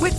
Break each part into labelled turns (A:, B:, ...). A: With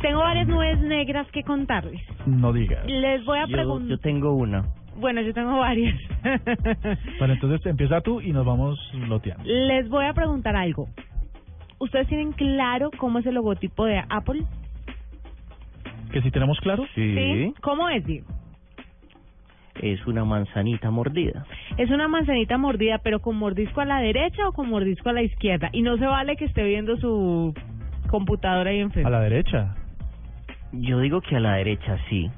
B: Tengo varias nubes negras que contarles.
C: No digas.
B: Les voy a
D: Yo, yo
B: preguntar.
D: tengo una.
B: Bueno, yo tengo varias.
C: Bueno, entonces empieza tú y nos vamos loteando.
B: Les voy a preguntar algo. ¿Ustedes tienen claro cómo es el logotipo de Apple?
C: ¿Que si tenemos claro?
B: ¿Cómo es, Diego?
D: Es una manzanita mordida.
B: Es una manzanita mordida, pero con mordisco a la derecha o con mordisco a la izquierda. Y no se vale que esté viendo su computadora ahí enfrente.
C: A la derecha.
D: Yo digo que a la derecha sí.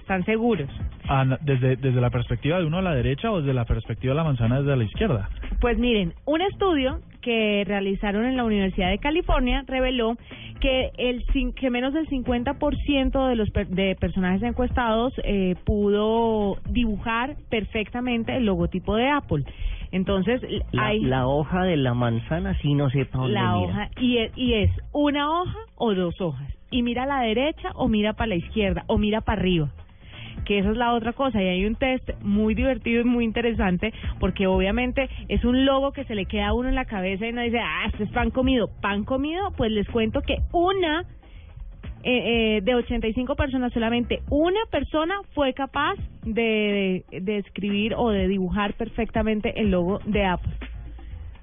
B: ¿Están seguros?
C: Ah, no, desde, desde la perspectiva de uno a la derecha o desde la perspectiva de la manzana desde la izquierda.
B: Pues miren, un estudio que realizaron en la Universidad de California reveló que el cin- que menos del 50% de los per- de personajes encuestados eh, pudo dibujar perfectamente el logotipo de Apple. Entonces, l-
D: La,
B: hay
D: la hoja de la manzana sí no sé para dónde
B: la
D: mira.
B: hoja y es, y es una hoja o dos hojas. Y mira a la derecha o mira para la izquierda o mira para arriba. Que esa es la otra cosa. Y hay un test muy divertido y muy interesante porque obviamente es un logo que se le queda a uno en la cabeza y uno dice, ah, este es pan comido. Pan comido, pues les cuento que una eh, eh, de 85 personas, solamente una persona fue capaz de, de, de escribir o de dibujar perfectamente el logo de Apple.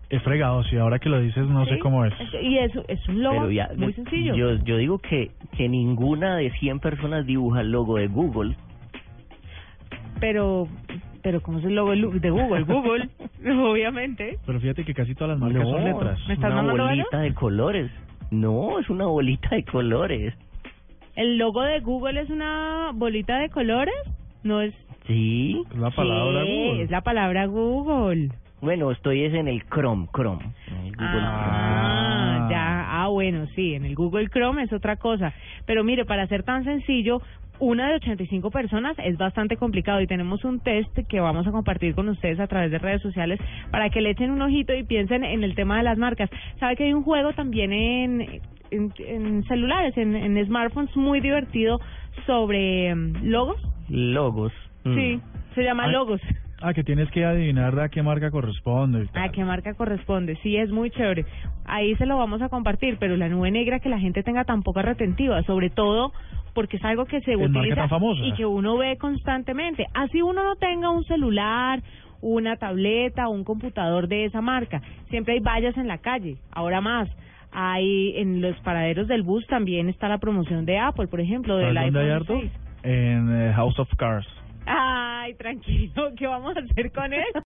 C: He fregado, si ahora que lo dices no sé
B: Sí,
C: cómo es.
B: Y es, es un logo
D: Pero ya,
B: muy
D: yo-
B: sencillo.
D: Yo, yo digo que, que ninguna de 100 personas dibuja el logo de Google.
B: Pero, pero ¿cómo es el logo de Lu- de Google? Google, obviamente.
C: Pero fíjate que casi todas las marcas
D: no,
C: son letras.
B: ¿Me estás
D: una
B: mandando
D: bolita de colores. No, es una bolita de colores.
B: ¿El logo de Google es una bolita de colores? No es...
D: Sí.
C: Es la palabra
B: Sí,
C: Google.
B: es la palabra Google.
D: Bueno, estoy es en el Chrome, Chrome. en el Google
B: Ah, ya. Ah, bueno, sí, en el Google Chrome es otra cosa. Pero mire, para ser tan sencillo, una de 85 personas es bastante complicado y tenemos un test que vamos a compartir con ustedes a través de redes sociales para que le echen un ojito y piensen en el tema de las marcas. ¿Sabe que hay un juego también en, en, en celulares, en, en smartphones muy divertido sobre mm, logos?
D: Chrome. Logos. Mm.
B: Sí, se llama
C: Ay.
B: logos.
C: Ah, que tienes que adivinar a qué marca corresponde. y
B: ¿A
C: tal.
B: Ah, qué marca corresponde? Sí, es muy chévere. Ahí se lo vamos a compartir, pero la nube negra que la gente tenga tan poca retentiva, sobre todo porque es algo que se
C: En marca
B: utiliza
C: tan famosa.
B: y que uno ve constantemente. Así uno no tenga un celular, una tableta, un computador de esa marca. Siempre hay vallas en la calle, ahora más. Hay en los paraderos del bus también está la promoción de Apple, por ejemplo,
C: ¿Sabes
B: del
C: dónde hay
B: iPhone
C: harto?
B: 6.
C: En eh, House of Cars.
B: Ay, tranquilo, ¿qué vamos a hacer con eso?